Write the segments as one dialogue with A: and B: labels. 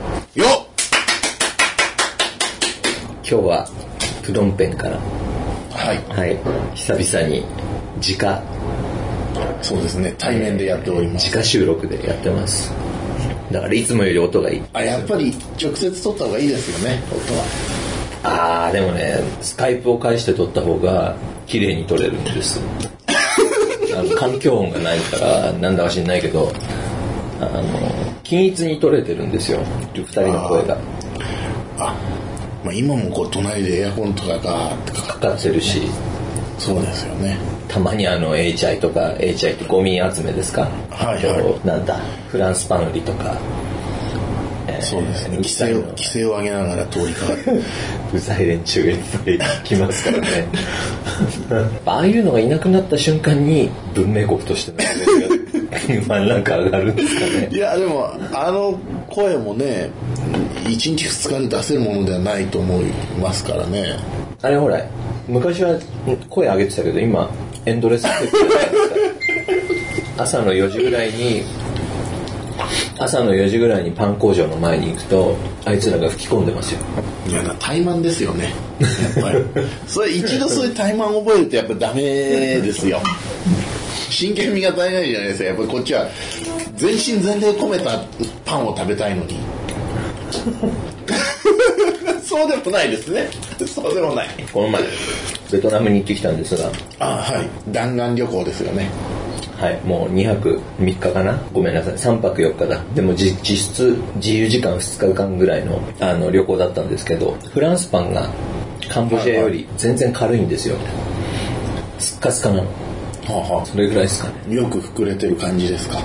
A: よっ
B: 今日はプノンペンから、
A: はい。
B: はい、久々に直、
A: そうですね、対面でやっております。
B: 直収録でやってます。だからいつもより音がいい。
A: あ、やっぱり直接撮った方がいいですよね、音は。
B: あー、でもね、スカイプを介して撮った方が綺麗に撮れるんです。あの環境音がないから、なんだか知んないけど、あの、均一に撮れてるんですよ。二人の声が
A: あ、まあ、今もこう隣でエアコンとかがーってかか
B: かかってるし、
A: そうですよね。
B: たまにあの HI とか HI ってゴミ集めですか
A: はいはい
B: こうなんだフランスパン売りとか
A: そうですね。
B: うる
A: 規
B: さい
A: 制
B: な
A: を、規制を上げながら通りかかって。
B: うざい連中がいっぱい来ますからね ああいうのがいなくなった瞬間に文明国としてのレベルが まあなんか上がるんですかね
A: いや、でも、あの声もね、1日2日で出せるものではないと思いますからね。
B: あれほら昔は声上げてたけど今エンドレステップじゃないですか朝の4時ぐらいに朝の4時ぐらいにパン工場の前に行くとあいつらが吹き込んでますよ
A: いや、怠慢ですよね。やっぱり。それ、一度そういう怠慢を覚えるとやっぱダメですよ。真剣味が足りないじゃないですか。やっぱりこっちは、全身全霊込めたパンを食べたいのに。 そうでもないですね。そうでもない。
B: この前ベトナムに行ってきたんですが
A: あはい。弾丸旅行ですよね。
B: はいもう2泊3日かなごめんなさい3泊4日だでもじ実質自由時間2日間ぐらいのあの旅行だったんですけどフランスパンがカンボジアより全然軽いんですよスッカスカなの
A: はあは
B: それぐらいですかね
A: あ、よく膨れてる感じですか。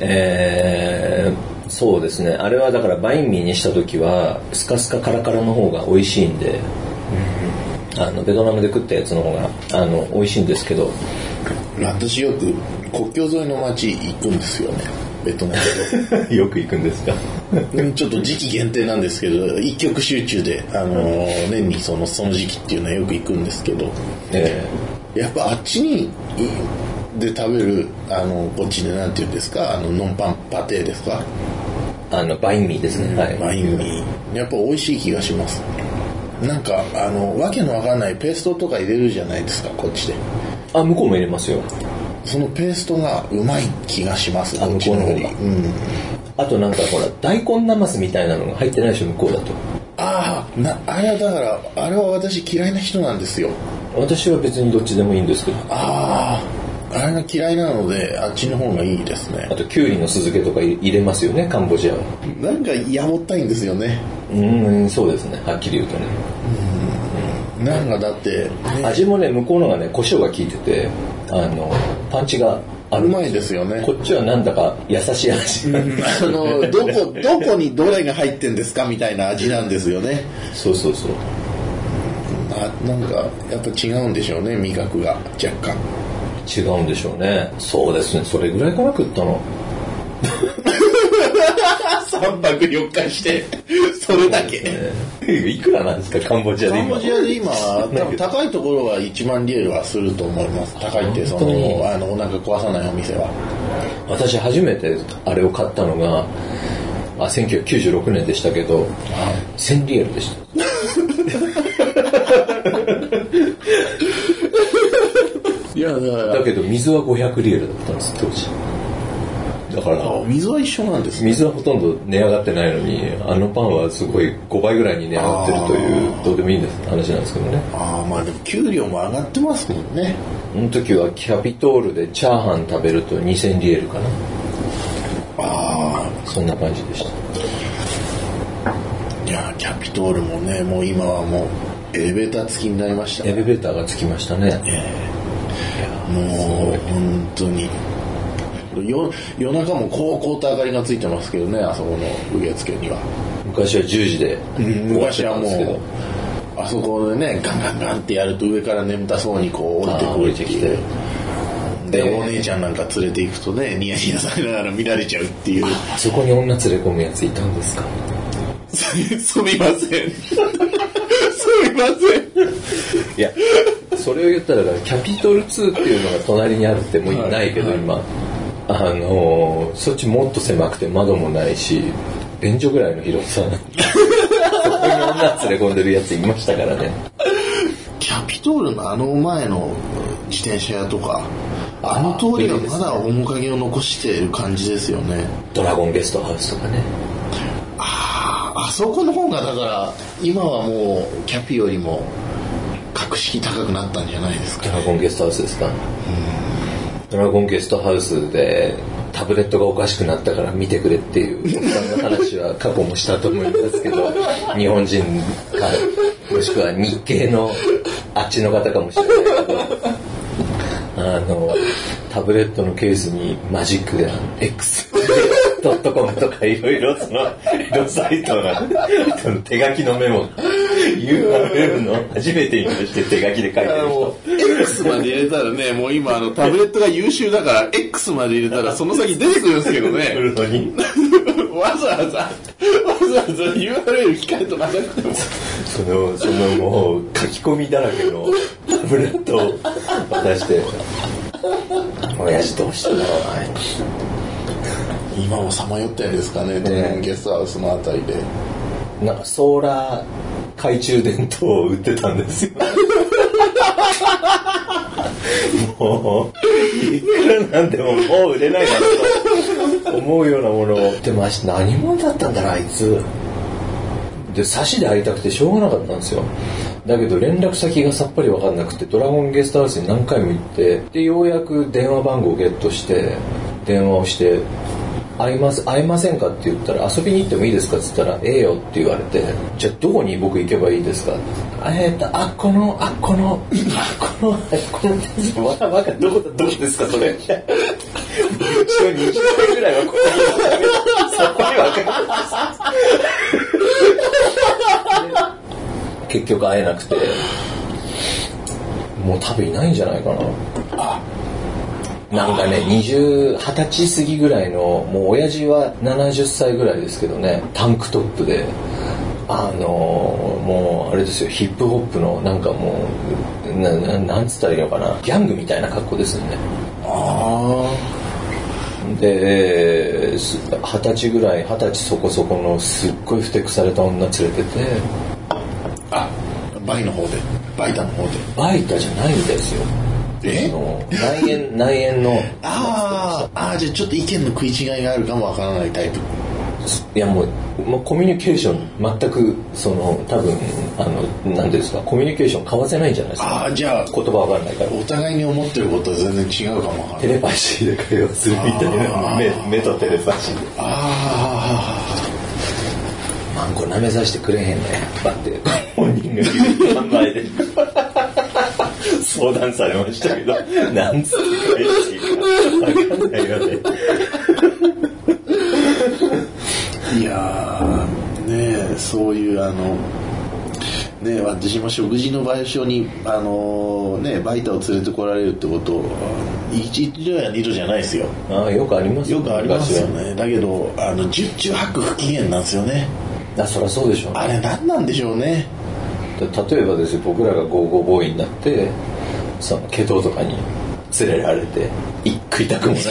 B: えー、そうですねあれはだからバインミーにした時はスカスカカラカラの方が美味しいんで、あのベトナムで食ったやつの方があの美味しいんですけど
A: 私よく国境沿いの町行くんですよねベトナム
B: よく行くんですか
A: うんちょっと時期限定なんですけど一極集中で、あのー年にそのその時期っていうのはよく行くんですけど
B: え
A: やっぱあっちにいで食べるあのこっちでなんていうんですかあのノンパンパテですか
B: ーあのバインミーですね、はい、
A: ワインにやっぱ美味しい気がしますなんかあのわけのわかんないペーストとか入れるじゃないですかこっちで
B: あ向こうも入れますよ
A: そのペーストがうまい気がします
B: あ
A: こっちのより
B: 向こう
A: うん
B: あとなんかほら大根ナマスみたいなのが入ってないでしょ向こうだと
A: ああなあれはだからあれは私嫌いな人なんですよ
B: 私は別にどっちでもいいんですけど
A: あああれが嫌いなのであっちの方がいいですね
B: あときゅうりの酢漬けとか入れますよねカンボジアは
A: なんかやぼったいんですよね
B: うんそうですねはっきり言うとね
A: なんかだって、ね、
B: 味もね向こうのがね胡椒が効いててあのパンチがあ
A: う
B: る
A: まいですよね
B: こっちはなんだか優しい味が、
A: あのどこどこにどれが入ってんですかみたいな味なんですよね
B: そうそうそう
A: あなんかやっぱ違うんでしょうね味覚が若干
B: 違うんでしょうねそうですねそれぐらいから食ったの
A: 3泊4日 してそれだけ
B: えいくらなんですかカンボジアで
A: カン
B: 今
A: ボジアで今、多分高いところは1万リエルはすると思います。高いって、そ
B: 本当に
A: の、あの、お腹壊さないお店は。
B: 私初めてあれを買ったのがあ1996年でしたけど1000リエルでした
A: いや、だか
B: だけど水は500リエルだったんです当時だから
A: ら、水は一緒なんですね。
B: 水はほとんど値上がってないのにあのパンはすごい5倍ぐらいに値上がってるというどうでもいいんです話なんですけどね
A: ああ、まあでも給料も上がってますもんね。
B: その時はキャピトールでチャーハン食べると2000リエルかな
A: あ
B: そんな感じでした
A: あ、いや、キャピトールもね、もう今はもう、エレベーター付きになりましたね。
B: エレベーターがつきましたね
A: もう、本当に。よ夜中もこうこうと明かりがついてますけどね、あそこの受付には。
B: 昔は10時で終わっ
A: 昔
B: て
A: は
B: たん
A: も
B: ですけど
A: うあそこでねガンガンガンってやると上から眠たそうにこう降りて
B: あー
A: くるっていうで、
B: で
A: お姉ちゃんなんか連れて行くとねニヤニヤされながら見られちゃうっていう
B: あそこに女連れ込むやついたんですか
A: すみません すみません
B: いやそれを言ったらだからキャピトル2っていうのが隣にあるってもう今ないけど
A: はい
B: 今あのーそっちもっと狭くて窓もないし便所ぐらいの広 さ。そこに女連れ込んでるやついましたからね。
A: キャピトールのあの前の自転車屋とか、あの通りがまだ面影を残している感じですよね。
B: ドラゴンゲストハウスとかね。
A: ああそこの方がだから、今はもうキャピよりも格式高くなったんじゃないですか
B: ド。ラゴンゲストハウスですかドラゴンゲストハウスでタブレットがおかしくなったから見てくれっていうおっさんの話は過去もしたと思いますけど日本人かもしくは日系のあっちの方かもしれないけど。あのタブレットのケースにマジックで X.com とかいろいろその色サイトのその手書きのメモ URL の初めてにして手書きで書いてる
A: あ
B: 人
A: の X まで入れたらね、もう今あのタブレットが優秀だから、X まで入れたらその先出てくるんですけど
B: 来
A: ね、
B: るのに。
A: わざわざ、わざわざ URL 機械とかなくても。
B: その、そのもう書き込みだらけのタブレットを渡して、親父どうしたんだろうな。
A: 今もさまよったんですかね、ドラゴンゲストハウスのあたりで。
B: なんかソーラー懐中電灯を売ってたんですよ。もう、いくらなんでももう売れないだろうと思うようなものを。でもあいつ何者だったんだろう、あいつ。で、差しで会いたくてしょうがなかったんですよ。だけど連絡先がさっぱりわかんなくて、ドラゴンゲストハウスに何回も行って、で、ようやく電話番号をゲットして、電話をして、会います、会えませんかって言ったら、遊びに行ってもいいですかって言ったら、ええよって言われて、じゃあどこに僕行けばいいですかえーと、あっこの、あっこの、あっこの、あっこの、わかわかどこだ、どこですかそ れ。一応20回ぐらいはここに、そこにわかる。結局会えなくてもう多分いないんじゃないかななんかね20 20歳過ぎぐらいのもう親父は70歳ぐらいですけどねタンクトップであのーもうあれですよヒップホップのなんかもうなななんつったらいいのかなギャングみたいな格好ですよね
A: あ
B: でえーす二十歳ぐらい二十歳そこそこのすっごいふてくされた女連れてて
A: あ。あ、バイの方で、バイタの方で。
B: バイタじゃないんですよあ
A: え
B: の内縁内縁の
A: ああ、ああ、じゃあちょっと意見の食い違いがあるかもわからないタイプ。
B: いやもうもうコミュニケーション全くその多分あの何ですかコミュニケーション交わせないんじゃないですか
A: ああ、じゃあ、
B: 言葉わかんないから
A: お互いに思ってることは全然違うかもわから
B: テ
A: ない。
B: レパシーで会話するみた
A: あ
B: いな目目とテレパシーで
A: あ
B: マンコ舐めさせてくれへんねバって 本人が考えで 相談されましたけどなんつって返していいかわかんないよね
A: あ、いやー、ねえ、そういうあの、ねえ、私も食事の場所に、あのーねえ、バイタを連れてこられるってこと、一度や二度じゃないですよ。
B: ああよくあります
A: よくありますよね。だけど、あの、十中八九不機嫌なんですよね。
B: あそりゃそうでしょうね
A: あれ何なんでしょうね。
B: で例えばですよ僕らがゴーゴーボーイになってその毛頭とかに連れられて一食いたくもない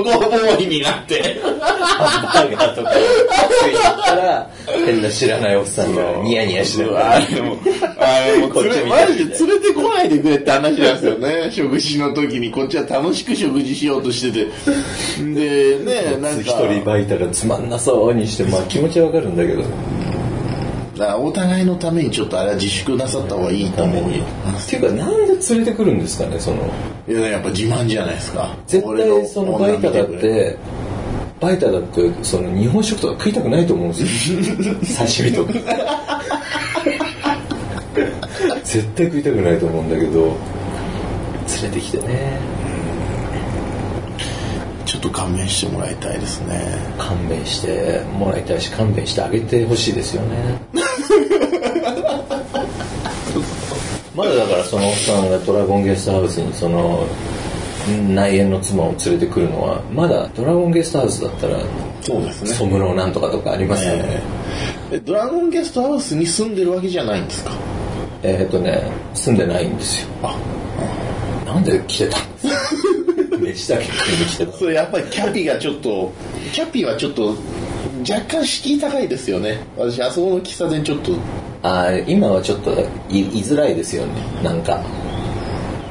A: ゴーゴーボーイになって。
B: ハンバーガーとか食いに行ったら変な知らないおっさんがニヤニヤしてる
A: あれも、あれも、連れマジで連れてこないでくれって話なんですよね。 食事の時にこっちは楽しく食事しようとしてて。で、ね、なん
B: 一人
A: か、
B: バイタルつまんなそうにしてまあ気持ちはわかるんだけど
A: あお互いのためにちょっとあれは自粛なさった方がいいと
B: ため
A: 思う
B: に
A: よ。
B: っていうかなんで連れてくるんですかねその
A: いや、やっぱ自慢じゃないですか。
B: 絶
A: 俺の
B: 対そのバイタだっ
A: 女見くれ。
B: てバイタだってその日本食とか食いたくないと思うんですよ刺身とか絶対食いたくないと思うんだけど連れてきてね
A: ちょっと勘弁してもらいたいですね。
B: 勘弁してもらいたいし勘弁してあげてほしいです よねまだだからそのおっさんがドラゴンゲストハウスにその内縁の妻を連れてくるのはまだドラゴンゲストハウスだったら
A: そうです
B: ソムロなんとかとかありますよね、
A: ええドラゴンゲストハウスに住んでるわけじゃないんですか
B: えーっ、とね、住んでないんですよ。
A: あ
B: なんで来てた んですか飯だけ食いに来てた。
A: それやっぱりキャピがちょっとキャピはちょっと若干敷居高いですよね私あそこの喫茶店ちょっと
B: あー今はちょっとい居づらいですよねなんか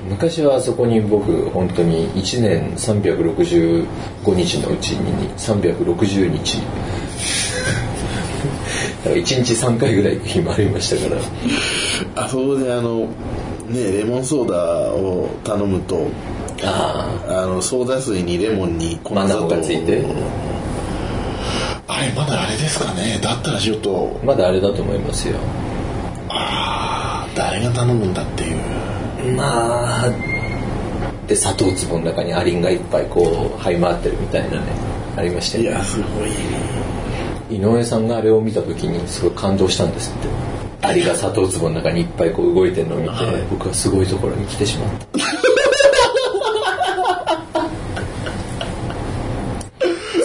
B: 昔はあそこに僕本当に1年365日のうちに360日 だから1日3回ぐらい行く日もありましたから
A: あそこであのねレモンソーダを頼むと
B: あ
A: あのソーダ水にレモンに粉
B: 真ん中がついて
A: あれまだあれですかねだったらちょっと
B: あまだあれだと思いますよ
A: あー誰が頼むんだっていう
B: まあで砂糖壺の中にアリンがいっぱいこう這い回ってるみたいなねありましたよ
A: い
B: ね
A: やすごい
B: 井上さんがあれを見た時にすごい感動したんですってアリが砂糖壺の中にいっぱいこう動いてるのを見て、
A: はい
B: 僕はすごいところに来てしまった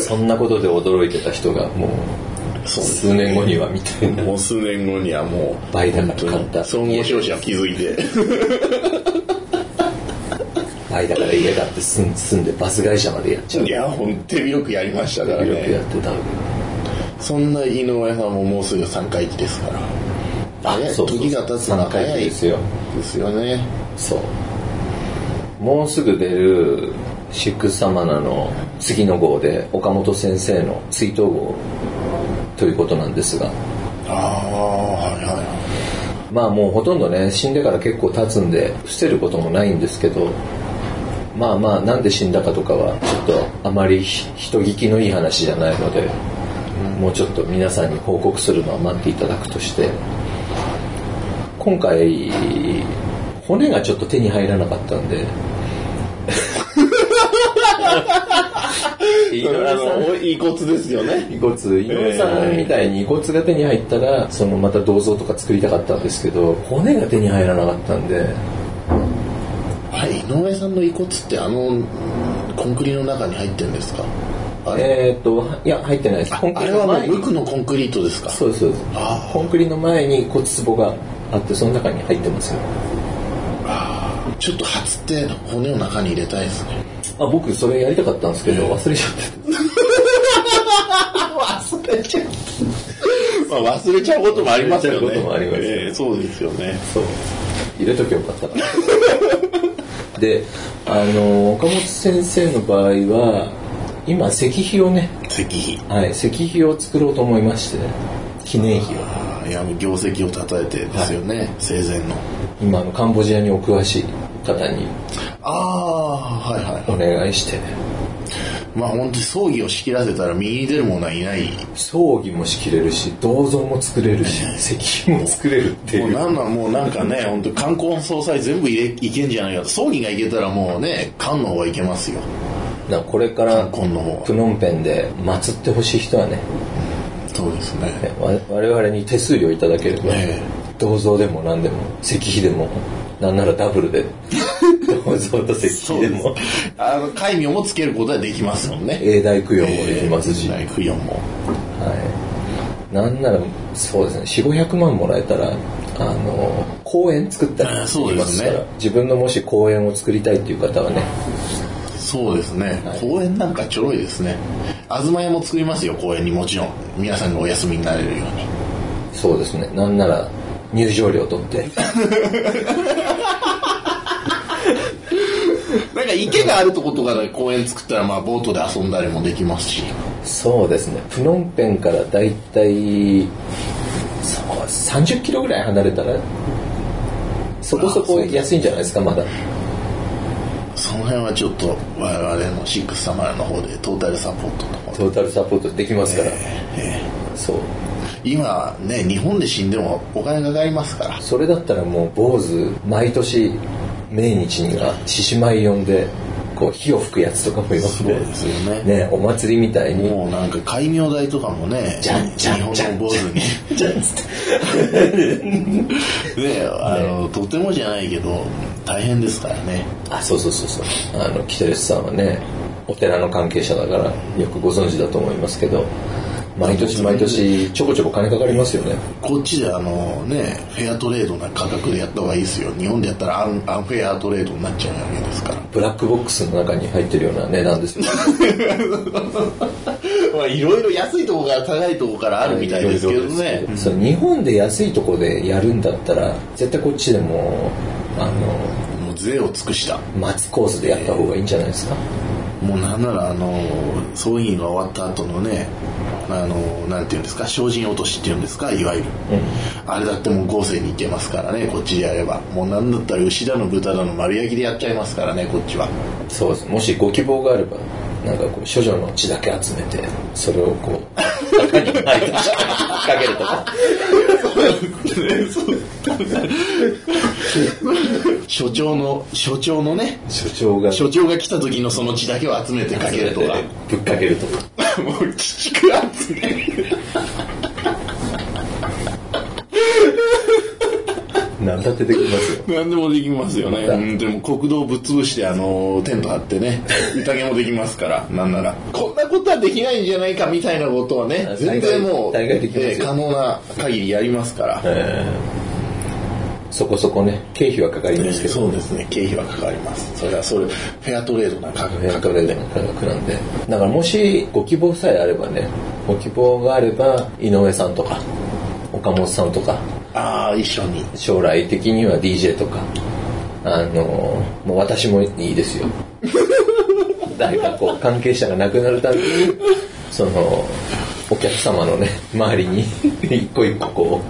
B: そんなことで驚いてた人がもう
A: そうです
B: 数年後にはみたいな
A: もう数年後にはもう
B: 倍高く買った
A: 総合商社は気づいて
B: 倍だから家だって住ん住んでバス会社までやっちゃう
A: いや本当によくやりましたから
B: よくや
A: ね
B: ってた
A: そんな井上さんももうすぐ3回忌ですから早い時が経つのが
B: 3回
A: 早
B: 目
A: い
B: ですよ
A: ですよね
B: そうもうすぐ出る「シックスサマナ」の次の号で岡本先生の追悼号ということなんですが
A: ああはいはいはい
B: まあもうほとんどね死んでから結構経つんで伏せることもないんですけどまあまあなんで死んだかとかはちょっとあまりひ人聞きのいい話じゃないのでもうちょっと皆さんに報告するのは待っていただくとして今回骨がちょっと手に入らなかったんで
A: それあのお遺骨ですよね
B: 遺骨井上さんみたいに遺骨が手に入ったらそのまた銅像とか作りたかったんですけど骨が手に入らなかったんで
A: あれ井上さんの遺骨ってあのコンクリの中に入ってるんですかあれ、
B: えーっといや入ってないですコンク
A: あ
B: リ
A: れ
B: の
A: は
B: 前
A: ね無
B: に
A: 垢のコンクリートですか
B: そうですそうです
A: あー
B: コンクリの前に骨壺があってその中に入ってますよ
A: ちょっと初って骨を中に入れたいですね
B: あ僕それやりたかったんですけど忘れちゃって
A: 忘れちゃう、まあ、忘れちゃうこともありますよね
B: 忘れちゃうこともありますよ
A: ええそうですよね
B: そう入れとけばよかったな であの岡本先生の場合は今石碑をね、
A: 石碑
B: はい、石碑を作ろうと思いまして記念碑を
A: ああいやもう業績をたたえてですよね、生前の
B: 今あのカンボジアにお詳しい方に
A: ああはいはい
B: お願いして
A: まあ本当に葬儀を仕切らせたら右に出るものはいない
B: 葬儀もしきれるし銅像も作れるし石碑も作れるって
A: もう
B: いう
A: なんなんもうなんかね本当冠婚葬祭全部いれいけんじゃないかと葬儀がいけたらもうね冠の方はいけますよ
B: だからこれから
A: 冠の方
B: プノンペンで祀ってほしい人はね
A: そうですね
B: わ我々に手数料いただければ
A: ええ
B: 銅像でも何でも石碑でもなんならダブルで 銅像と石
A: そ
B: 碑
A: う
B: で
A: です
B: も
A: あの戒名もつけることはできますもんね
B: 永代供養もできますし、
A: えー供養も
B: はい、なんならそうですね4500万もらえたらあの公園作った
A: あ
B: り
A: そうですね
B: から、自分のもし公園を作りたいっていう方はね
A: そうですね、公園なんかちょろいですね東屋も作りますよ公園にもちろん皆さんがお休みになれるように
B: そうですねなんなら入場料取って
A: なんか池があるとことかで公園作ったらまあボートで遊んだりもできますし
B: そうですねプノンペンからだいたいそう30キロぐらい離れたらそこそこ安いんじゃないですかまだ
A: その辺はちょっと我々のシックスサマラの方でトータルサポートの方で
B: トータルサポートできますから、
A: え
B: そう
A: え今ね日本で死んでもお金がかかりますから
B: それだったらもう坊主毎年命日には獅子舞呼んでこう火を吹くやつとかもいますね
A: すよね
B: ねお祭りみたいに
A: もうなんか戒名代とかもね
B: じゃんじゃん
A: 日本の坊主 に
B: じゃんつって
A: ねあのとてもじゃないけど大変ですからね
B: あそうそうそうそうあのキテレスさんはねお寺の関係者だからよくご存知だと思いますけど毎年毎年ちょこちょこ金かかりますよね
A: こっちであのねフェアトレードな価格でやった方がいいですよ日本でやったらアンアンフェアトレードになっちゃうわけですから
B: ブラックボックスの中に入ってるような値段ですよ
A: まあいろいろ安いとこから高いとこからあるみたいですけどね
B: そう日本で安いとこでやるんだったら絶対こっちでもあの
A: もう税を尽くした
B: 松コースでやった方がいいんじゃないですか
A: もうなんならあの葬儀が終わった後のねあのなんていうんですか精進落としっていうんですかいわゆる、あれだってもう豪勢にいけますからねこっちでやればもうなんだったら牛だの豚だの丸焼きでやっちゃいますからねこっちは
B: そうですもしご希望があればなんかこう処女の血だけ集めてそれをこう中に入って引っ掛けるとか
A: 所長の所長のね
B: 所長が
A: 所長が来た時のその血だけを集めてかけるとか
B: ぶっかけるとか
A: もう父くらつね
B: 何だってできますよ
A: 何でもできますよね、うん、でも国道ぶっ潰してあのテント張って ね宴もできますからなんならこんなことはできないんじゃないかみたいなことはね全然もう
B: 大概できますよ
A: えー可能な限りやりますから、
B: そこそこね経費はかかり
A: え
B: ま
A: ー
B: すけど
A: そうですね経費はかかりますそれはそれフェアトレードな価格
B: フェアトレードの価格なんでだからもしご希望さえあればねご希望があれば井上さんとか岡本さんとか
A: ああ一緒に
B: 将来的には DJ とかあのもう私もいいです よ誰かこう関係者が亡くなるたびにそのお客様のね周りに一個一個こ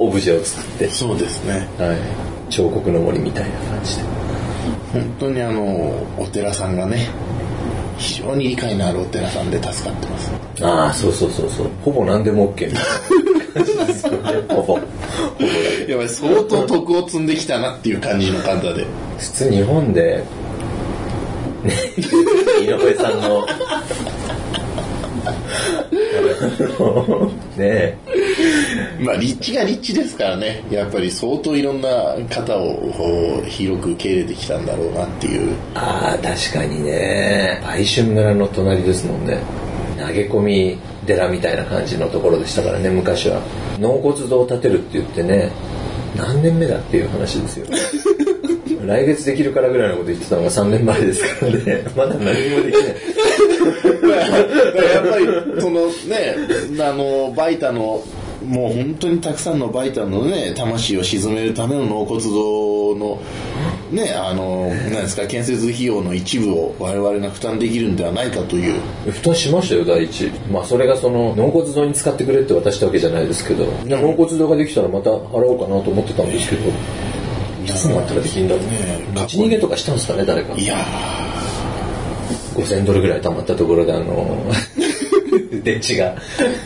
B: うオブジェを作って、
A: そうですね
B: はい、彫刻の森みたいな感じで
A: 本当にあのお寺さんがね非常に理解のあるお寺さんで助かってます
B: ああそうそうそうそうほぼ何でも OK みたいな感じですよねほぼ
A: やばい相当徳を積んできたなっていう感じの方で
B: 普通日本で、ね井上さんの、 あのね
A: まあ立地が立地ですからねやっぱり相当いろんな方をこう広く受け入れてきたんだろうなっていう
B: ああ、確かにね、売春村の隣ですもんね。投げ込み寺みたいな感じのところでしたからね、昔は。納骨堂を建てるって言ってね、何年目だっていう話ですよ。来月できるからぐらいのこと言ってたのが3年前ですからね、 まだ何もできない。
A: やっぱりそのねあのバイタのもう本当にたくさんのバイタのね魂を鎮めるための納骨堂のねあのなんですか建設費用の一部を我々が負担できるんではないかという
B: 負担しましたよ第一まあそれがその納骨堂に使ってくれって渡したわけじゃないですけど納骨堂ができたらまた払おうかなと思ってたんですけどいつになったらできるんだろう
A: ねえ
B: 持ち逃げとかしたんですかね誰か
A: いや
B: 5000ドルぐらい貯まったところであの 電池が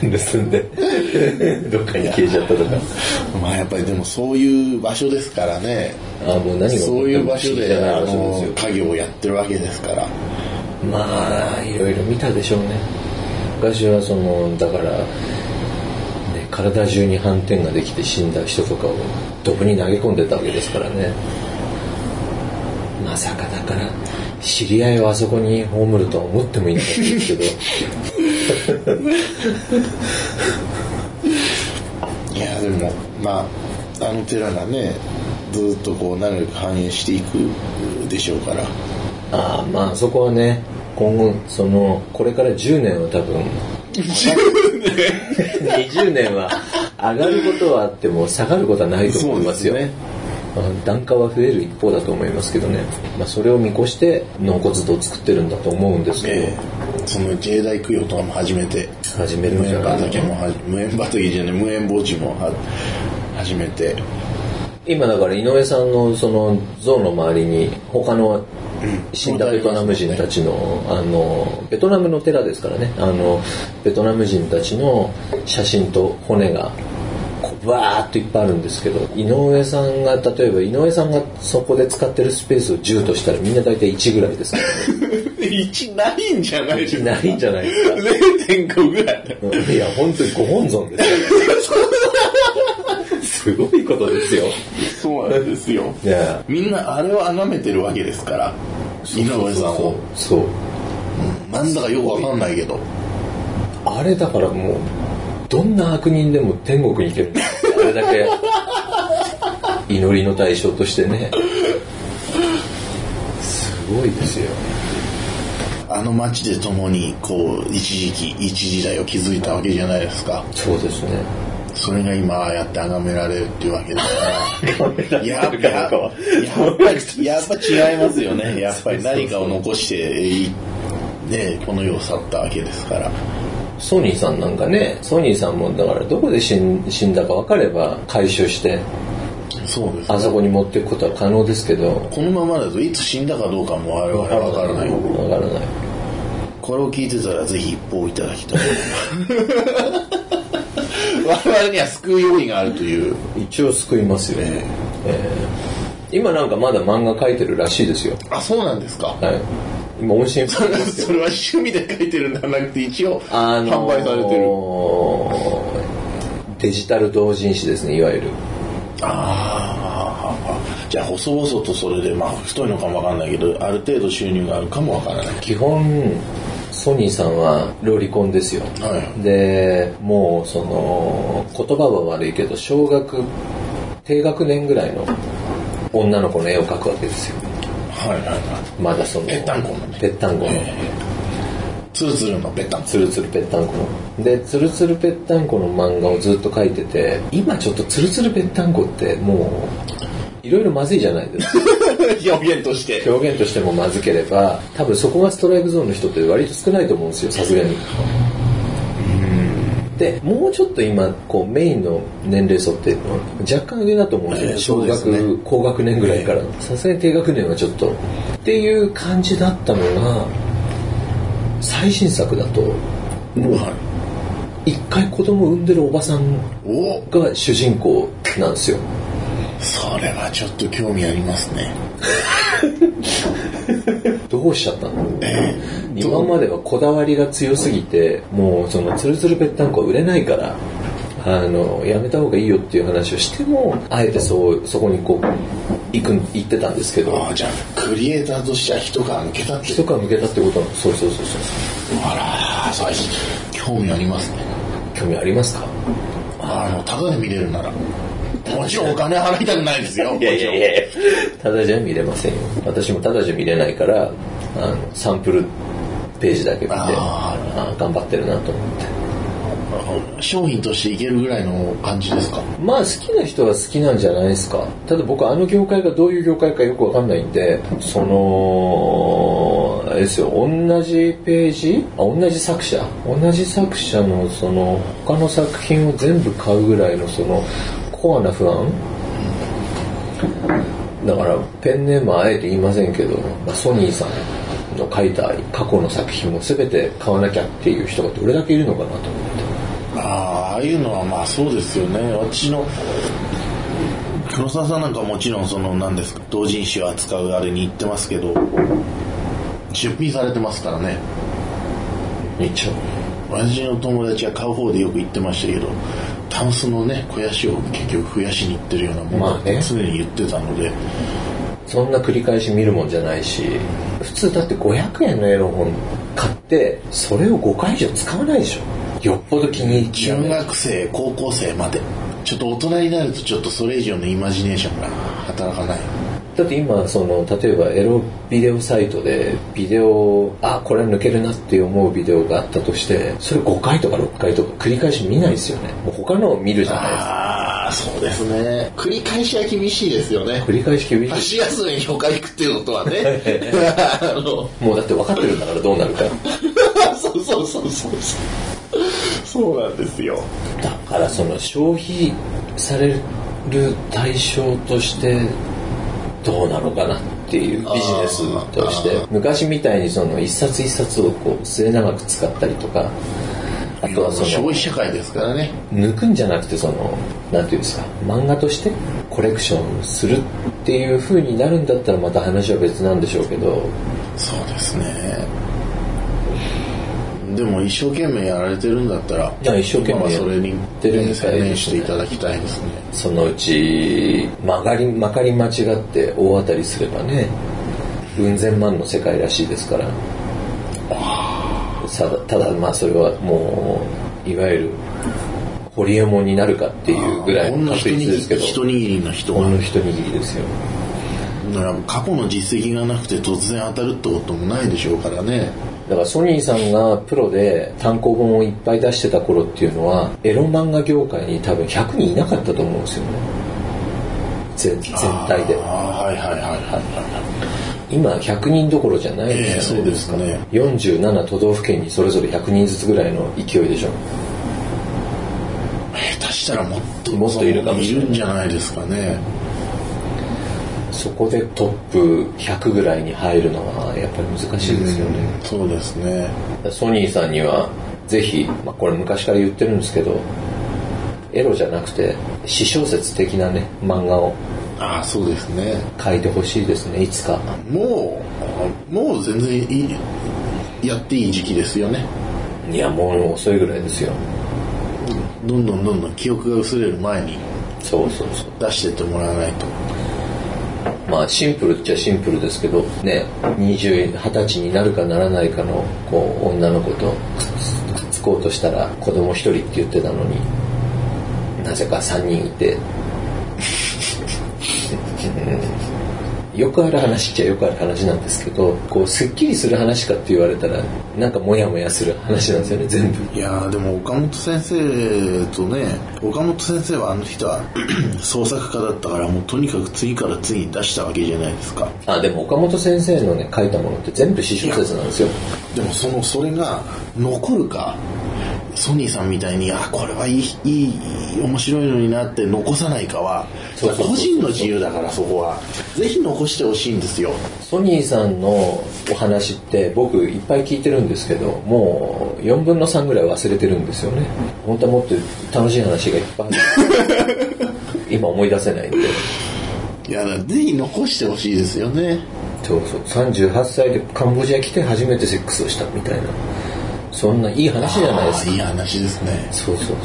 B: 盗んでどっかに消えちゃったとか
A: ーまあやっぱりでもそういう場所ですからね
B: ああもう何が起こったのか
A: そういう場所
B: 知りた
A: で
B: いな
A: あ
B: 話です
A: の
B: よ
A: 家業をやってるわけですから
B: まあいろいろ見たでしょうね昔はそのだから、ね、体中に斑点ができて死んだ人とかをドブに投げ込んでたわけですからねまさかだから知り合いをあそこに葬るとは思ってもいないんですけど
A: いやでもまああの寺がねずっとこう長く繁栄していくでしょうから
B: ああまあそこはね今後そのこれから10年は多分20年は上がることはあっても下がることはないと思いますよ
A: そうですね
B: まあ檀家は増える一方だと思いますけどね、まあ、それを見越して納骨堂を作ってるんだと思うんですけど、
A: ええその自衛隊供養とかも始めて
B: 始めるん
A: 無
B: じゃ
A: 縁
B: ない
A: 畑もは無縁畑じゃない無縁墓地もは始めて
B: 今だから井上さんのその像の周りに他の死んだベトナム人たちのあのベトナムの寺ですからねあのベトナム人たちの写真と骨がこうバーっといっぱいあるんですけど井上さんが例えば井上さんがそこで使ってるスペースを10としたらみんな大体1ぐらいですから、
A: 1 ないんじゃないですか
B: ないんじゃないですか
A: 0.5ぐらい
B: いや、本当にご本尊で すよ。すごいことですよ。
A: そうなんですよ
B: いや、
A: みんなあれを崇めてるわけですから井上さんを
B: そう。
A: なんだかよくわかんないけど
B: あれだからもう、どんな悪人でも天国に行けるんだってあれだけ祈りの対象としてねすごいですよ
A: あの街で共にこう一時期一時代を築いたわけじゃないですか
B: そうですね
A: それが今ああやって崇められるっていうわけだからやっぱやっぱ
B: は
A: やっぱ違います よねやっぱり何かを残していねこの世を去ったわけですから
B: ソニーさんなんかねソニーさんもだからどこで死ん死んだか分かれば回収して
A: そうです
B: あそこに持っていくことは可能ですけど
A: このままだといつ死んだかどうかも我々は分からない
B: 分からない
A: これを聞いてたらぜひ一報いただきたい 我々には救う用意があるという
B: 一応救いますよね、
A: え
B: えー今なんかまだ漫画描いてるらしいですよ
A: あそうなんですか
B: はい今音信不 通
A: それは趣味で書いてるんではなくて一応
B: あのー
A: 販売されてる
B: デジタル同人誌ですねいわゆる
A: ああじゃあ細々とそれでまあ太いのかもわかんないけどある程度収入があるかもわからない
B: 基本ソニーさんはロリコンですよ、
A: はい
B: でもうその言葉は悪いけど小学低学年ぐらいの女の子の絵を描くわけですよ
A: はいはいは
B: まだその
A: ぺったんこのね
B: ぺったんこの
A: いツルツルのベタン
B: つるつるぺったんこのでつるつるぺったんこの漫画をずっと描いてて今ちょっとつるつるぺったんこってもういろいろまずいじゃないですか
A: 表現として
B: 表現としてもまずければ多分そこがストライクゾーンの人って割と少ないと思うんですよさすがにでもうちょっと今こうメインの年齢層って若干上だと思うんですよ、
A: ええ
B: 小
A: そ
B: 学、
A: うですね
B: 高学年ぐらいからさすがに低学年はちょっとっていう感じだったのが最新作だと
A: もうはい
B: 一回子供産んでるおばさん
A: おお
B: が主人公なんですよ
A: それはちょっと興味ありますね
B: どうしちゃったの
A: ええど
B: 今
A: う
B: まではこだわりが強すぎてもうそのツルツルぺったんこは売れないからあのやめた方がいいよっていう話をしてもあえてそうそこにこう行く行ってたんですけど
A: ああじゃあクリエイターとしては一皮抜けたって
B: 一皮向けたってことはそうそうそうそう
A: あら最近興味ありますね
B: 興味ありますか
A: あのただで見れるならもちろんお金払いたくないですよ
B: やいやただじゃ見れませんよ私もただじゃ見れないからあのサンプルページだけ見て
A: あ
B: あ頑張ってるなと思って
A: 商品としていけるぐらいの感じですか
B: まあ好きな人は好きなんじゃないですか。ただ僕あの業界がどういう業界かよくわかんないんで、その、あれですよ、同じページあ、同じ作者同じ作者のその、他の作品を全部買うぐらいのその、コアな不安だからペンネームはあえて言いませんけど、まあ、ソニーさんの書いた過去の作品も全て買わなきゃっていう人がどれだけいるのかなと思って。
A: ああああいうのはまあそうですよね私の黒沢さんなんかもちろんその何ですか同人誌を扱うあれに行ってますけど出品されてますからね
B: 一応。
A: 私の友達は買う方でよく行ってましたけどタンスのね肥やしを結局増やしに行ってるようなものだって
B: まあね
A: 常に言ってたので、
B: そんな繰り返し見るもんじゃないし普通だって500円のエロ本買ってそれを5回以上使わないでしょよっぽど気に入っちゃう
A: 中学生高校生までちょっと大人になるとちょっとそれ以上のイマジネーションが働かない
B: だって今その例えばエロビデオサイトでビデオあこれ抜けるなって思うビデオがあったとしてそれ5回とか6回とか繰り返し見ないですよねもう他のを見るじゃないですか
A: ああそうですね繰り返しは厳しいですよね
B: 繰り返し厳し
A: 箸休めに他行くっていうことはねあの
B: いもうだって分かってるんだからどうなるか
A: そうそうそうそうそうそうなんですよ
B: だからその消費される対象としてどうなのかなっていうビジネスとして
A: あ
B: 昔みたいにその一冊一冊をこう末永く使ったりとかあとはそ
A: 消
B: の
A: 費社会ですからね
B: 抜くんじゃなくてそのなんていうんですか漫画としてコレクションするっていう風になるんだったらまた話は別なんでしょうけど
A: そうですねでも一生懸命やられてるんだったら
B: いや一生懸命
A: まあそれに
B: やってるみたいですね
A: 専念していただきたいですね
B: そのうち曲がりまかり間違って大当たりすればねうん千万の世界らしいですからさだただまあそれはもういわゆるホリエモンになるかっていうぐらい
A: こん
B: の
A: な一
B: 確
A: 握
B: 率
A: り
B: ですけど
A: 一握りの人
B: ほ
A: が
B: んの一握りですよ
A: だから過去の実績がなくて突然当たるってこともないでしょうからね
B: だからソニーさんがプロで単行本をいっぱい出してた頃っていうのはエロ漫画業界に多分100人いなかったと思うんですよね全全体で
A: ああはいはいはいはいは
B: 今100人どころじゃない
A: いええ
B: です
A: そう
B: よ
A: で
B: ね、
A: すね
B: 47都道府県にそれぞれ100人ずつぐらいの勢いでしょ
A: 下手したらもっと
B: もっといるかもしれない
A: るんじゃないですかね
B: そこでトップ100ぐらいに入るのはやっぱり難しいですよね、
A: うんそうですね
B: ソニーさんにはぜひ、まあ、これ昔から言ってるんですけどエロじゃなくて私小説的なね漫画を
A: ああそうですね
B: 書いてほしいですねいつか
A: もうもう全然いいやっていい時期ですよね
B: いやもう遅いぐらいですよ
A: どんどんどんどん記憶が薄れる前に
B: そうそうそう
A: 出してってもらわないと
B: まあシンプルっちゃシンプルですけどね20 20歳になるかならないかのこう女の子とくっつくっつこうとしたら子供一人って言ってたのになぜか3人いて うんよくある話っちゃよくある話なんですけどこうすっきりする話かって言われたらなんかモヤモヤする話なんですよね全部
A: いやーでも岡本先生とね岡本先生はあの人は 創作家だったからもうとにかく次から次に出したわけじゃないですか
B: あでも岡本先生のね書いたものって全部詩小説なんですよ
A: でもそのそれが残るかソニーさんみたいにあこれはいいいい面白いのになって残さないかは
B: そうそうそうそ
A: 個
B: う
A: 人の自由だからそこはぜひ残してほしいんですよ
B: ソニーさんのお話って僕いっぱい聞いてるんですけどもう4分の3ぐらい忘れてるんですよね本当はもっと楽しい話がいっぱいあ る今思い出せないんで
A: いやだからぜひ残してほしいですよね
B: そうそう38歳でカンボジア来て初めてセックスをしたみたいなそんないい話じゃないです
A: あーいい
B: か
A: 話ですね
B: そうそうそう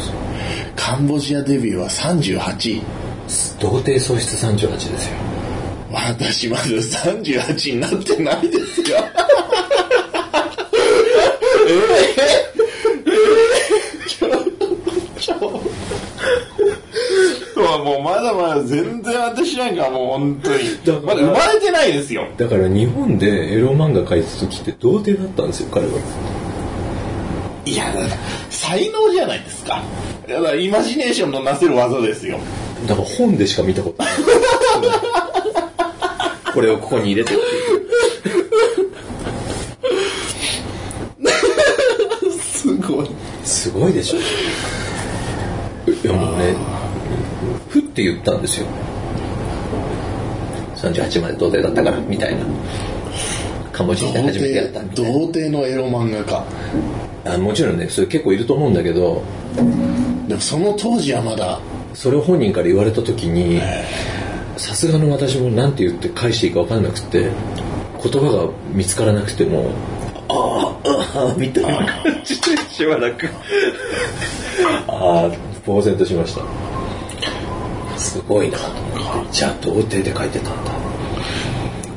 A: カンボジアデビューは38位
B: 童貞喪失38ですよ
A: 私まだ38になってないですよ。えー、もうまだまだ全然私なんかもう本当にまだ生まれてないですよ
B: だから日本でエロ漫画描いた時って童貞だったんですよ彼はい
A: やだから才能じゃないですかいやだからイマジネーションのなせる技ですよ
B: だから本でしか見たことないこれをここに入れて
A: すごい
B: すごいでしょいやもうねふって言ったんですよ38まで童貞だったからみたいなカンボジ
A: 童
B: アで初めてやった
A: 貞
B: みたいな
A: 童貞のエロ漫画家
B: あもちろんねそれ結構いると思うんだけど
A: でもその当時はまだ
B: それを本人から言われた時にさすがの私も何て言って返していいか分かんなくて言葉が見つからなくてもああああみたいな感じでしばらくああ呆然としましたすごいなと思ってじゃあ童貞で書いてたんだ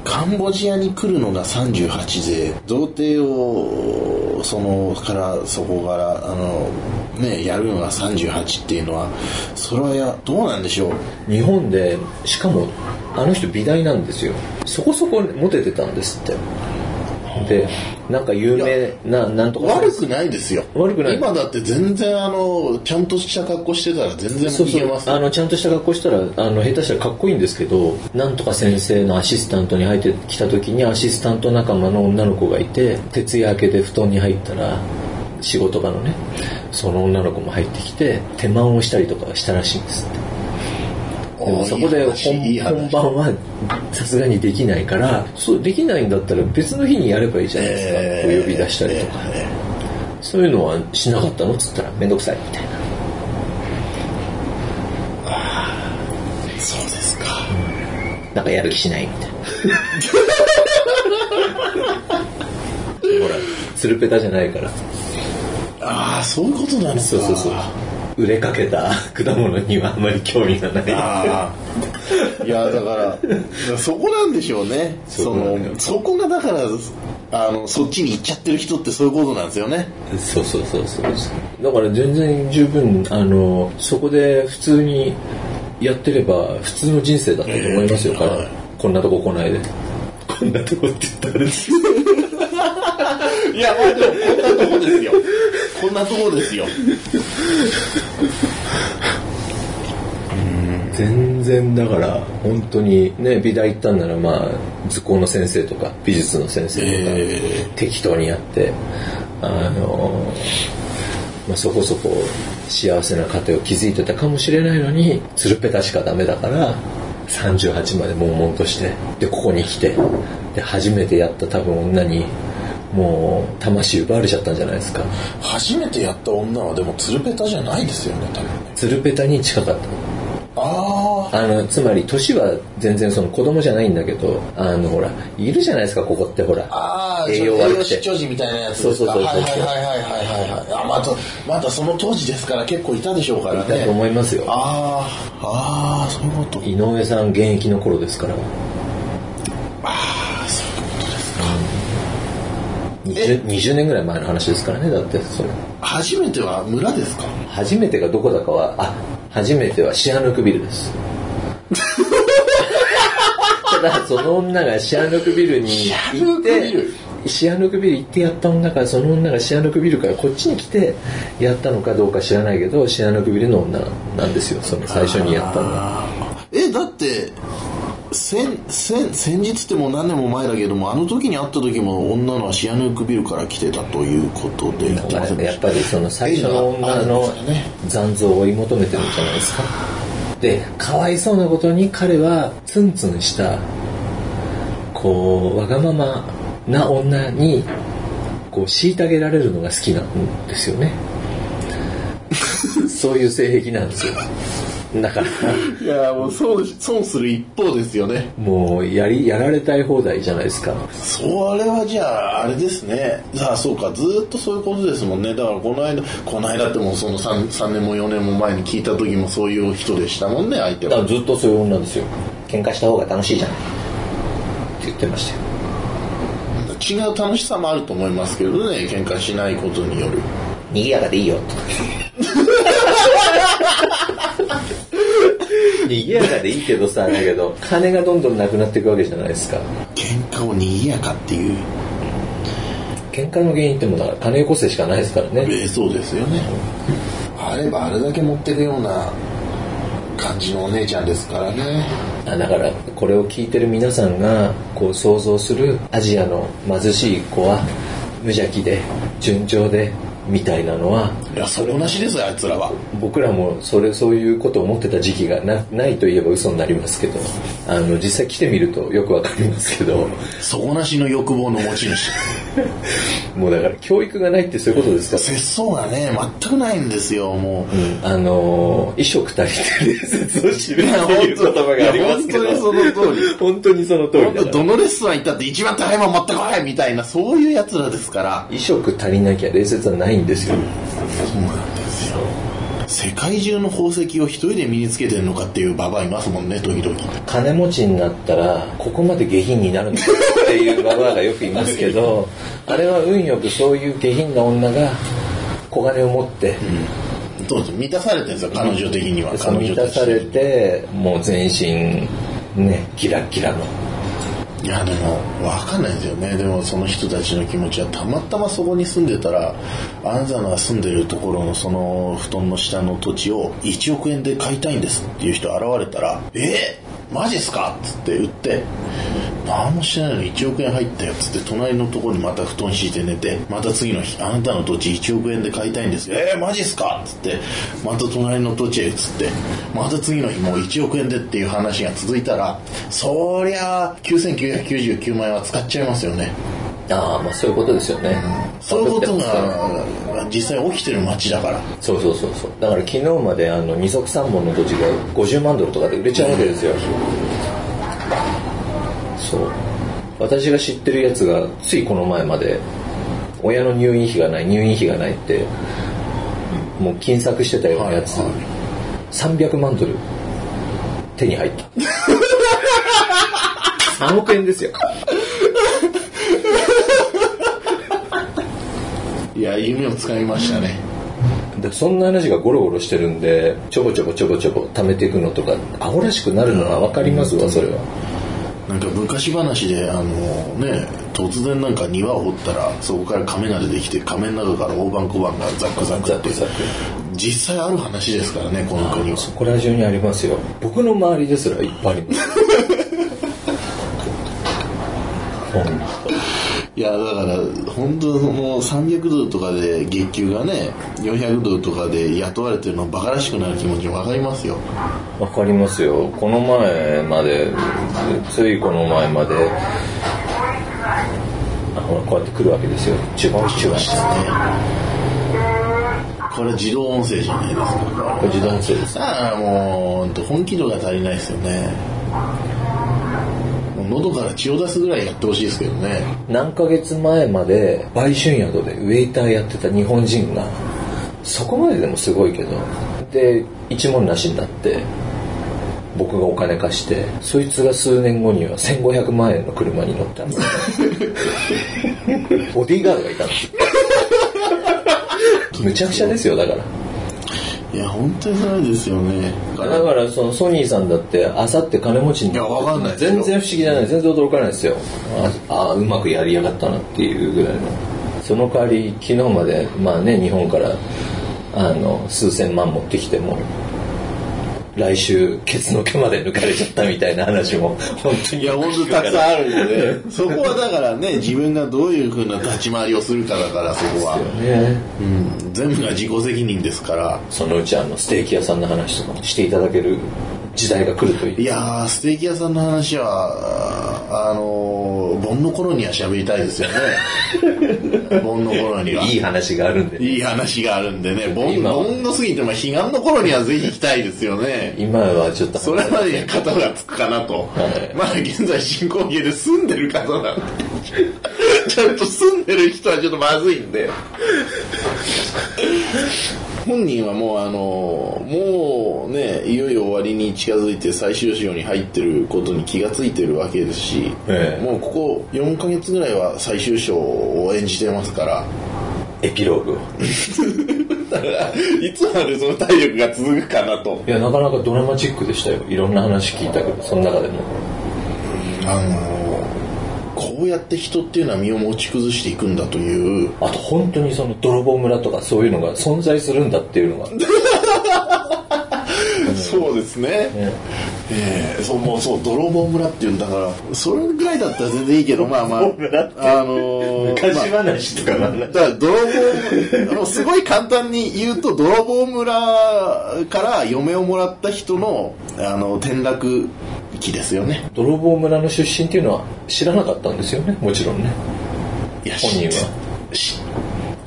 A: カンボジアに来るのが38で童貞をそのからそこからあのねやるのが38っていうのはそれはやどうなんでしょう
B: 日本でしかもあの人美大なんですよそこそこモテてたんですってでなんか有名ななんとか
A: 悪くないですよ
B: 悪くない
A: 今だって全然あのちゃんとした格好してたら全
B: そ
A: 然
B: う
A: い
B: そ
A: け
B: う
A: ます
B: あのちゃんとした格好したらあの下手したらかっこいいんですけどなんとか先生のアシスタントに入ってきた時にアシスタント仲間の女の子がいて徹夜明けで布団に入ったら仕事場のねその女の子も入ってきて手満をしたりとかしたらしいんですって
A: お
B: でも
A: ー
B: そこで
A: いい
B: 本
A: 話いい話
B: 本番はさすがにできないからそうできないんだったら別の日にやればいいじゃないですか、
A: え
B: こ
A: ー
B: う呼び出したりとか、
A: えー
B: そういうのはしなかったのっつったら面倒くさいみたいな
A: そうですか
B: なんかやる気しないみたいな。ほら、ツルペタじゃないから。
A: ああそういうことなんですか
B: 売れかけた果物にはあまり興味がない。
A: ああいやだからそこなんでしょうね
B: そ
A: そ
B: こなんだよ
A: のそこがだからあのそっちに行っちゃってる人ってそういうことなんですよね
B: そうそうそうそう。だから全然十分、あの、そこで普通にやってれば、普通の人生だったと思いますよ、
A: ええ
B: 彼
A: はい
B: こんなとこ来ないで。
A: こんなとこって言ったらあれです。いや、まあでも、こんなとこですよ。こんなとこですよ。
B: 全然だから、本当に、ね、美大行ったんなら、まあ、図工の先生とか、美術の先生とか、
A: え
B: 適当にやって、あの、まあ、そこそこ幸せな家庭を築いてたかもしれないのに、つるぺたしかダメだから、38まで悶々として、で、ここに来て、で、初めてやった多分女に、もう、魂奪われちゃったんじゃないですか。
A: 初めてやった女はでも、つるべたじゃないですよね、多分ね。
B: つるぺたに近かった。
A: あ
B: あの、つまり、年は全然その子供じゃないんだけど、あの、ほら、いるじゃないですか、ここってほら。
A: あ。ああ、
B: 栄養
A: 栄
B: 悪
A: 養
B: くて
A: 失調児みたいなやつですか。
B: そうそうそう
A: はい
B: そう
A: はいはいはいはいはい。あまた、またその当時ですから結構いたでしょうから
B: だ
A: ね
B: と。思いますよ。
A: ああ、ああ、そういうこと。
B: 井上さん現役の頃ですから。
A: ああ、そういうことですか。
B: 20, 20年ぐらい前の話ですからね、だって、それ。
A: 初めては村ですか
B: 初めてがどこだかは、あ、初めてはシアヌークビル です。ただ、その女がシアヌークビルに
A: シアヌ
B: 行
A: ー
B: っ
A: クビ
B: て
A: ル、
B: シアヌークビル行ってやった女が、その女がシアヌークビルからこっちに来てやったのかどうか知らないけど、シアヌークビルの女なんですよ、その最初にやったのは。
A: えだって先先先日ってもう何年も前だけどもあの時に会った時も女のはシアヌークビルから来てたということで
B: だからやっぱりその最初の女の残像を追い求めてるんじゃないですか。で、かわいそうなことに彼はツンツンした、こう、わがままな女に、こう、虐げられるのが好きなんですよね。 そういう性癖なんですよ。だから、
A: いやもう損損する一方ですよね
B: もう、やり、やられたい放題じゃないですか。
A: それはじゃああれですねさあそうかずーっとそういうことですもんねだからこの間この間ってもうその 3, 3年も4年も前に聞いた時もそういう人でしたもんね相手
B: だか
A: は
B: らずっとそういう女ですよ。喧嘩した方が楽しいじゃない。って言ってましたよ。
A: 違う楽しさもあると思いますけどね喧嘩しないことによる
B: 賑やかでいいよと。賑やかでいいけどさ、だけど、金がどんどんなくなっていくわけじゃないですか。
A: 喧嘩を賑やかっていう
B: 喧嘩の原因ってもうだから金よこせしかないですからね。
A: えーそうですよねあればあれだけ持ってるような感じのお姉ちゃんですからね
B: あだから、これを聞いてる皆さんが、こう想像するアジアの貧しい子は、無邪気で、順調で、みたいなのは、
A: いや底なしですよあいつらは
B: 僕らもそれそういうことを思ってた時期がなないといえば嘘になりますけどあの実際来てみるとよくわかりますけど
A: 底なしの欲望の持ち主
B: もうだから教育がないってそういうことですか
A: 節操がね全くないんですよもう
B: あのー、衣食足りてる説を知るっていう言葉がありますけど
A: いや本当にその通り
B: 本当にその通りだ
A: 本
B: から
A: 当どのレストラン行ったって一番高いもん持ってこいみたいなそういうやつらですから
B: 衣食足りなきゃ礼節はないんですよ
A: そうなんですよ世界中の宝石を一人で身につけてるのかっていうババアいますもんね時々
B: 金持ちになったらここまで下品になるのかっていうババアがよくいますけどあれは運よくそういう下品な女が小金を持って、
A: そうです満たされてるんですよ彼女的には
B: そ
A: 彼
B: の
A: 女
B: 満
A: た
B: た
A: ち
B: されてもう全身ねキラッキラの
A: いやでも分かんないですよねでもその人たちの気持ちはたまたまそこに住んでたらあなたの住んでるところのその布団の下の土地を1億円で買いたいんですっていう人現れたら「えー、マジっすか?」っつって売って何もしてないのに1億円入ったよっつって隣のところにまた布団敷いて寝てまた次の日「あなたの土地1億円で買いたいんですよ」「えー、マジっすか?」っつってまた隣の土地へ移ってまた次の日もう1億円でっていう話が続いたらそりゃあ9999万円は使っちゃいますよね
B: ああまあそういうことですよね
A: そういうこと
B: わかってますから
A: が実際起きてる街だから
B: そうそうそうそうだから昨日まであの二足三本の土地が50万ドルとかで売れちゃうわけですよ、そう私が知ってるやつがついこの前まで親の入院費がない入院費がないってもう金策してたようなやつ、
A: はいは
B: 300万ドル手に入 った3億円ですよ
A: いや夢を使いましたね
B: でそんな話がゴロゴロしてるんでちょぼちょぼちょぼちょぼ貯めていくのとか青らしくなるのは分かりますわ、それは
A: なんか昔話であのね突然なんか庭を掘ったらそこから亀が出てきて亀の中から大判小判がザックザックって
B: ザック
A: 実際ある話ですからねこの国は
B: そこら中にありますよ僕の周りですらいっぱいあり ますほんと
A: いやだから本当もう300ドルとかで月給がね400ドルとかで雇われてるのバカらしくなる気持ちもわかりますよ
B: わかりますよ。この前まで、ついこの前まで、あほら、こうやって来るわけですよ。チュバチュバして。
A: これ自動音声じゃないですか
B: これ自動音声です。
A: ああもうほんと本気度が足りないですよねもう喉から血を出すぐらいやってほしいですけどね
B: 何ヶ月前まで、売春宿でウェイターやってた日本人が、そこまででもすごいけど、で、一文なしになって、僕がお金貸して、そいつが数年後には1500万円の 車に乗ったんですボディーガードがいたんです。 むちゃくちゃですよ、だから。
A: いや本当にそうですよねだから
B: だからそのソニーさんだってあさって金持ちに
A: いやわかんないですよ
B: 全然不思議じゃない全然驚かないですよああうまくやりやがったなっていうぐらいのその代わり昨日までまあね日本からあの数千万持ってきても来週ケツの毛まで抜かれちゃったみたいな話も本当に
A: いや本当にたくさんあるんでねそこはだからね自分がどういうふうな立ち回りをするかだからそこは
B: ね
A: うん全部が自己責任ですから
B: そのうちあのステーキ屋さんの話とかもしていただける時代が来るといい
A: いやーステーキ屋さんの話はあのー、盆の頃には喋りたいですよ ね盆の頃にはい
B: い話があるんで
A: いい話があるんでね盆
B: 今は
A: 盆の過ぎても彼岸の頃にはぜひ行きたいですよ ね
B: 今はちょっと
A: それまでに肩がつくかなと、
B: はい
A: まだ現在進行形で住んでる方なんで ちゃんと住んでる人はちょっとまずいんで本人はもうあのもうねいよいよ終わりに近づいて最終章に入ってることに気がついてるわけですし、
B: ええ
A: もうここ4ヶ月ぐらいは最終章を演じてますから
B: エピローグを
A: だから いつまでその体力が続くかなと
B: いや、なかなかドラマチックでしたよ。いろんな話聞いたけど、その中でも。
A: あのこうやって人っていうのは身を持ち崩していくんだという
B: あと、本当にその泥棒村とかそういうのが存在するんだっていうのが。
A: そうですね
B: ね
A: ええそうもうそう泥棒村っていうんだからそれぐらいだったら全然いいけどまあまああのーまあ
B: 話とかなん
A: だから泥棒あのすごい簡単に言うと泥棒村から嫁をもらった人のあの転落期ですよね
B: 泥棒村の出身っていうのは知らなかったんですよね、もちろんね。
A: いや
B: 本人は
A: 知っ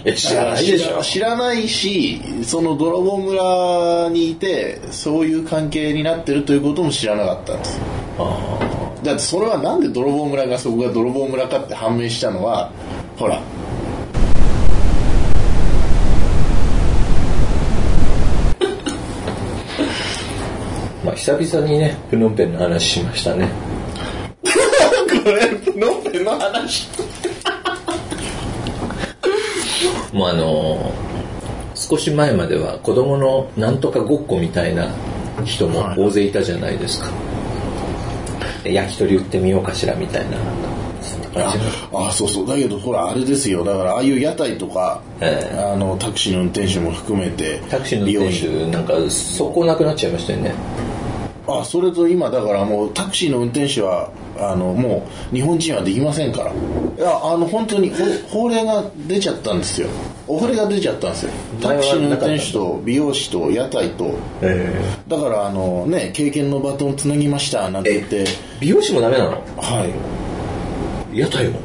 B: え、知らないでしょ。
A: 知らないしその泥棒村にいてそういう関係になってるということも知らなかったんですだってそれはなんで泥棒村がそこが泥棒村かって判明したのはほら
B: まあ、久々にね、プノンペンの話しましたね。
A: これノンペンの話
B: もうあのー少し前までは子供のなんとかごっこみたいな人も大勢いたじゃないですか。で焼き鳥売ってみようかしらみたいな。そんな感じの
A: ああそうそうだけどほらあれですよだからああいう屋台とか、
B: ええ
A: あのタクシーの運転手も含めて
B: タクシーの
A: 利用
B: 運
A: 者
B: 転手なんかそこなくなっちゃいましたよね
A: あそれと今だからもうタクシーの運転手はあのもう日本人はできませんからいやあの本当にほ法令が出ちゃったんですよお触れが出ちゃったんですよタクシーの運転手と美容師と屋台とだからあのね経験のバトンをつなぎましたなんて言って
B: 美容師もダメなの
A: はい
B: 屋台も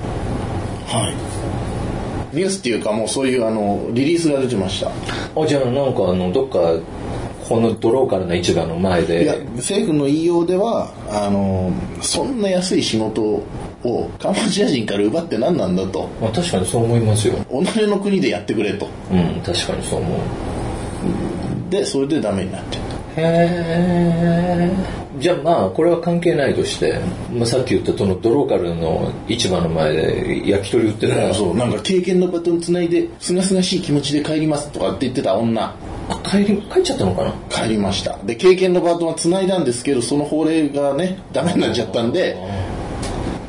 A: はいニュースっていうかもうそういうあのリリースが出てました
B: あじゃあなんかあのどっかこのドローカルな市場の前
A: いや
B: で
A: 政府の言いようではあのそんな安い仕事をカンボジア人から奪って何なんだと
B: まあ確かにそう思いますよ
A: 己の国でやってくれと
B: うん確かにそう思う
A: でそれでダメになっちゃっ
B: へえ
A: た
B: じゃあまあこれは関係ないとして、まあ、さっき言ったそのドローカルの市場の前で焼き鳥売ってたら
A: そうなんか経験のバトンつないですがすがしい気持ちで帰りますとかって言ってた女
B: あ帰り帰っちゃったのかな
A: 帰りましたで経験のバトンはつないだんですけどその法令がねダメになっちゃったんで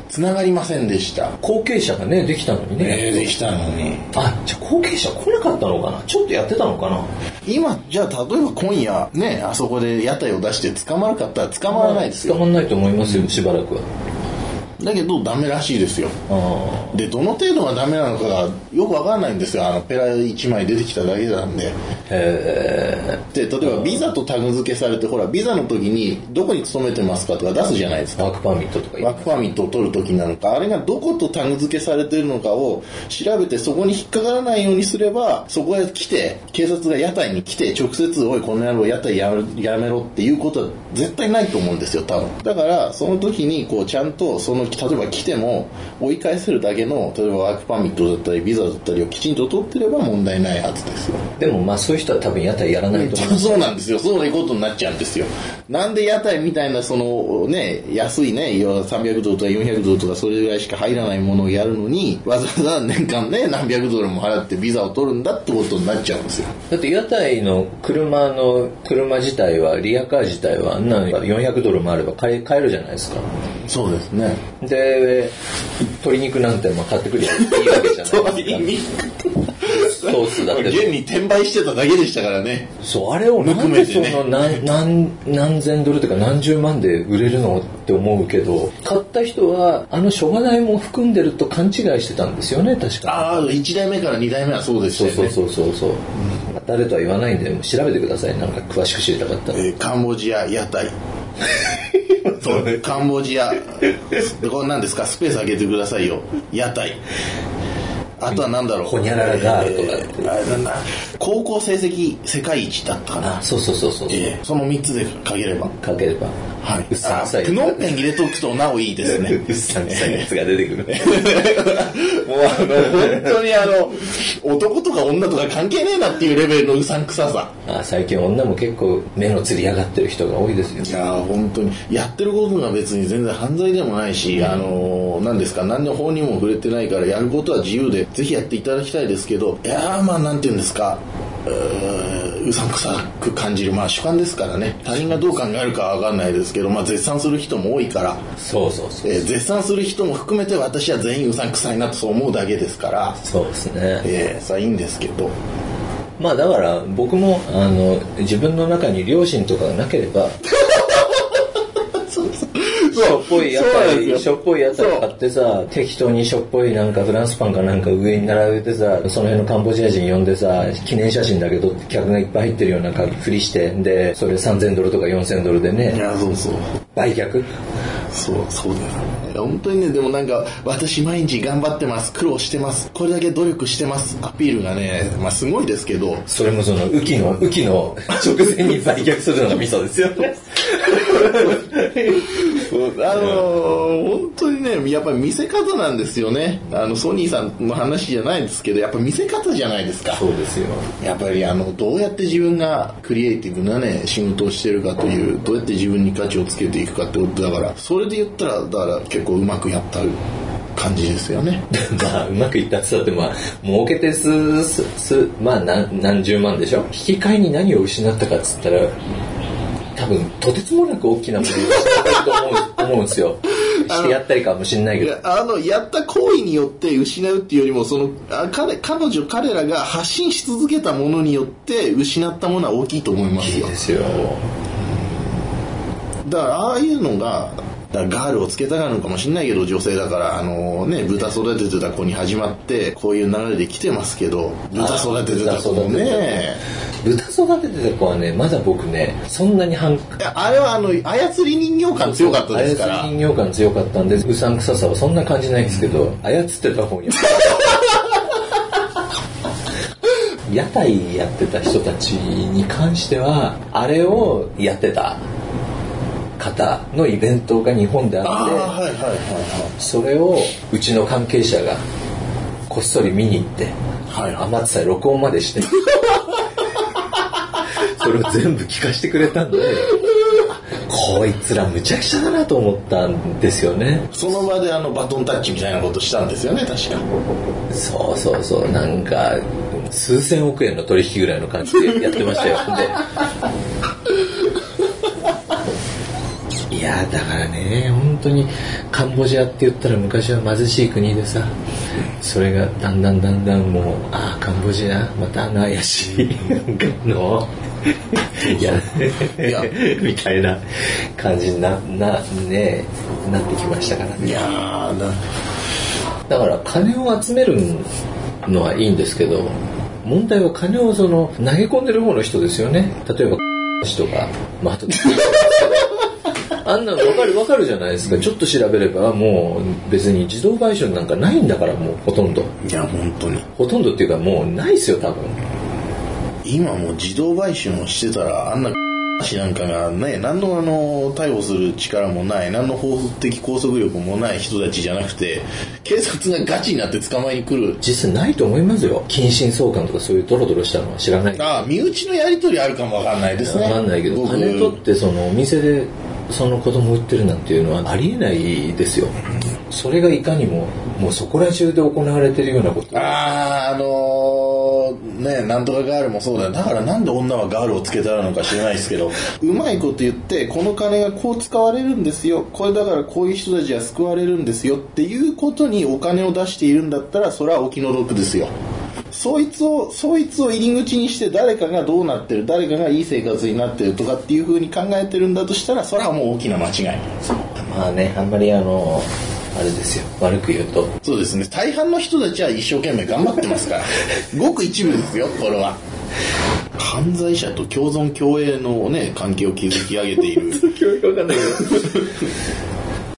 A: つながりませんでした
B: 後継者がねできたのにね、
A: えー、できたのに
B: あじゃあ後継者来なかったのかなちょっとやってたのかな
A: 今じゃあ例えば今夜ねあそこで屋台を出して捕まらなかったら捕まらないですよ
B: 捕まんないと思いますよしばらくは
A: だけどダメらしいですよ
B: あ
A: でどの程度がダメなのかがよくわからないんですよあのペラ1枚出てきただけなんで
B: あへ
A: で例えばビザとタグ付けされてほらビザの時にどこに勤めてますかとか出すじゃないです
B: え
A: か
B: ワークパーミットとか言
A: ワ
B: う
A: ークパーミットを取る時なのかあれがどことタグ付けされてるのかを調べてそこに引っかからないようにすればそこへ来て警察が屋台に来て直接「おいこの野郎屋台やめやめろ」っていうことは絶対ないと思うんですよ多分だからその時にこうちゃんとその例えば来ても追い返せるだけの例えばワークパーミットだったりビザだったりをきちんと取ってれば問題ないはずですよ
B: でもまあそういう人は多分屋台やらないと 思う、
A: そうなんですよ。そういうことになっちゃうんですよ。なんで屋台みたいな、そのね、安いね、いわゆる300ドルとか400ドルとかそれぐらいしか入らないものをやるのに、わざわざ年間ね、何百ドルも払ってビザを取るんだってことになっちゃうんですよ。
B: だって屋台の車の車自体はリアカー自体はあんなの400ドルもあれば買え買えるじゃないですか
A: そうです ね。
B: で鶏肉なんてまあ買ってくるよりいいわけじゃ ないですかソースだって
A: 現に転売してただけでしたからね。
B: そうあれをなんでその何何何千ドルとか何十万で売れるのって思うけど買った人はあの諸話代も含んでると勘違いしてたんですよね確か
A: ああ、1代目から2代目はそうでした
B: そう
A: よね。
B: そうそうそうそう、誰とは言わないんで調べてくださいなんか詳しく知りたかったら
A: えーカンボジア屋台 そうカンボジアでこれ何ですかスペース開けてくださいよ屋台あとは何だろう
B: ほにゃららガールとかって
A: えーあれなんだ高校成績世界一だったかな
B: あそうそうそうそう、
A: えーその3つでかければ
B: かければ
A: はいう
B: っさんくさ
A: あ
B: い
A: プノンペン入れとくとなおいいですね
B: うっさんくさいやつが出て くる
A: も うあの本当にあの男とか女とか関係ねえなっていうレベルのうさんくささ
B: あ最近女も結構目のつり上がってる人が多いですよ
A: いやー本当にやってることが別に全然犯罪でもないし、あのー、何ですか何の法にも触れてないからやることは自由でぜひやっていただきたいですけどいやーまあなんて言うんですかうーうさんくさく感じるまあ主観ですからね他人がどう考えるかは分かんないですけど、まあ、絶賛する人も多いから、
B: そうそうそう、
A: えー絶賛する人も含めて私は全員うさんくさいなとそう思うだけですから、
B: そうですね
A: えー、さあいいんですけど
B: まあだから僕もあの自分の中に両親とかがなけれ ばしょっぽい屋
A: そうなんです
B: 台
A: よ
B: しょっぽい屋
A: そう
B: 台買ってさ適当にしょっぽいなんかフランスパンかなんか上に並べてさその辺のカンボジア人呼んでさ記念写真だけど客がいっぱい入ってるようなふりしてでそれ3000ドルとか4000ドルで
A: い
B: ね
A: やそうそう
B: 売却
A: そう、そうだよね。本当にね、でもなんか、私毎日頑張ってます、苦労してます、これだけ努力してます、アピールがね、まあすごいですけど、
B: それもその雨季の雨季の直前に売却するのがミソ ですよね
A: あのー本当にね、やっぱり見せ方なんですよね。あの、ソニーさんの話じゃないですけど、やっぱ見せ方じゃないですか。
B: そうですよ
A: やっぱりあの、どうやって自分がクリエイティブなね、仕事をしてるかという、どうやって自分に価値をつけていくかってことだから、それで言ったら、だから結構うまくやった感じですよね。
B: まあうまくいったって言ったってまあ儲けてすすすまあ何何十万でしょ引き換えに何を失ったかっつったら多分とてつもなく大きな無理をしたと思う思うんで すよしてやったりかもしんないけ
A: い
B: ど
A: やあのやった行為によって失うっていうよりもそのあ彼彼女彼らが発信し続けたものによって失ったものは大きいと思いま
B: い
A: す
B: い
A: よ
B: ですよ
A: だからああいうのがだからガールをつけたがるのかもしれないけど女性だからあのね豚育ててた子に始まってこういう流れで来てますけど豚育ててた子も
B: 豚育て
A: ね
B: 豚育ててた子はねまだ僕ねそんなに反
A: いやあれはあの操り人形感強かったですから
B: 操り人形感強かったんでうさんくささはそんな感じないんですけど操ってた 方に屋台やってた人たちに関してはあれをやってた方のイベントが日本で
A: あ
B: あ
A: あ
B: って
A: はいはいは
B: それをうちの関係者がこっそり見に行って、
A: はい
B: 余ってた録音までして それを全部聞かせてくれたんでここいつらむちゃくちゃだなと思ったんですよね
A: その場であのバトンタッチみたいなことしたんですよね確か
B: そうそうそうなんか数千億円の取引ぐらいの感じでやってまし たよでいやだからね本当にカンボジアって言ったら昔は貧しい国でさそれがだんだんだんだんもうああカンボジアまたあの怪しいなんかのいや
A: いや
B: みたいな感じになな,、ね、なってきましたからね
A: いやーな
B: だから金を集めるのはいいんですけど問題は金をその投げ込んでる方の人ですよね例えば人がまああと あんなの分かる分かるじゃないですかちょっと調べればもう別に自動賠償なんかないんだからもうほとんど
A: いや本当に
B: ほとんどっていうかもうないですよ多分
A: 今もう自動買収をしてたらあんな しなんかがね何のあの逮捕する力もない何の法的拘束力もない人たちじゃなくて警察がガチになって捕まえに来る
B: 実際ないと思いますよ謹慎送還とかそういうドロドロしたのは知らないけど
A: ああ身内のやり取りあるかもわかんないですね
B: わかんないけど
A: 僕
B: 金取ってそのお店でその子供売ってるなんていうのはありえないですよそれがいかにももうそこら中で行われてるようなこと
A: あああのーねなんとかガールもそうだよだからなんで女はガールをつけたらのか知らないですけど うまいこと言ってこの金がこう使われるんですよこれだからこういう人たちは救われるんですよっていうことにお金を出しているんだったらそれはお気の毒ですよそいつをそいつを入り口にして誰かがどうなってる誰かがいい生活になってるとかっていうふうに考えてるんだとしたらそれはもう大きな間違い
B: まあねあんまりあのあれですよ悪く言う と
A: そうですね大半の人たちは一生懸命頑張ってます からごく一部ですよこれは犯罪者と共存共栄のね関係を築き上げている
B: 今日わかんないけど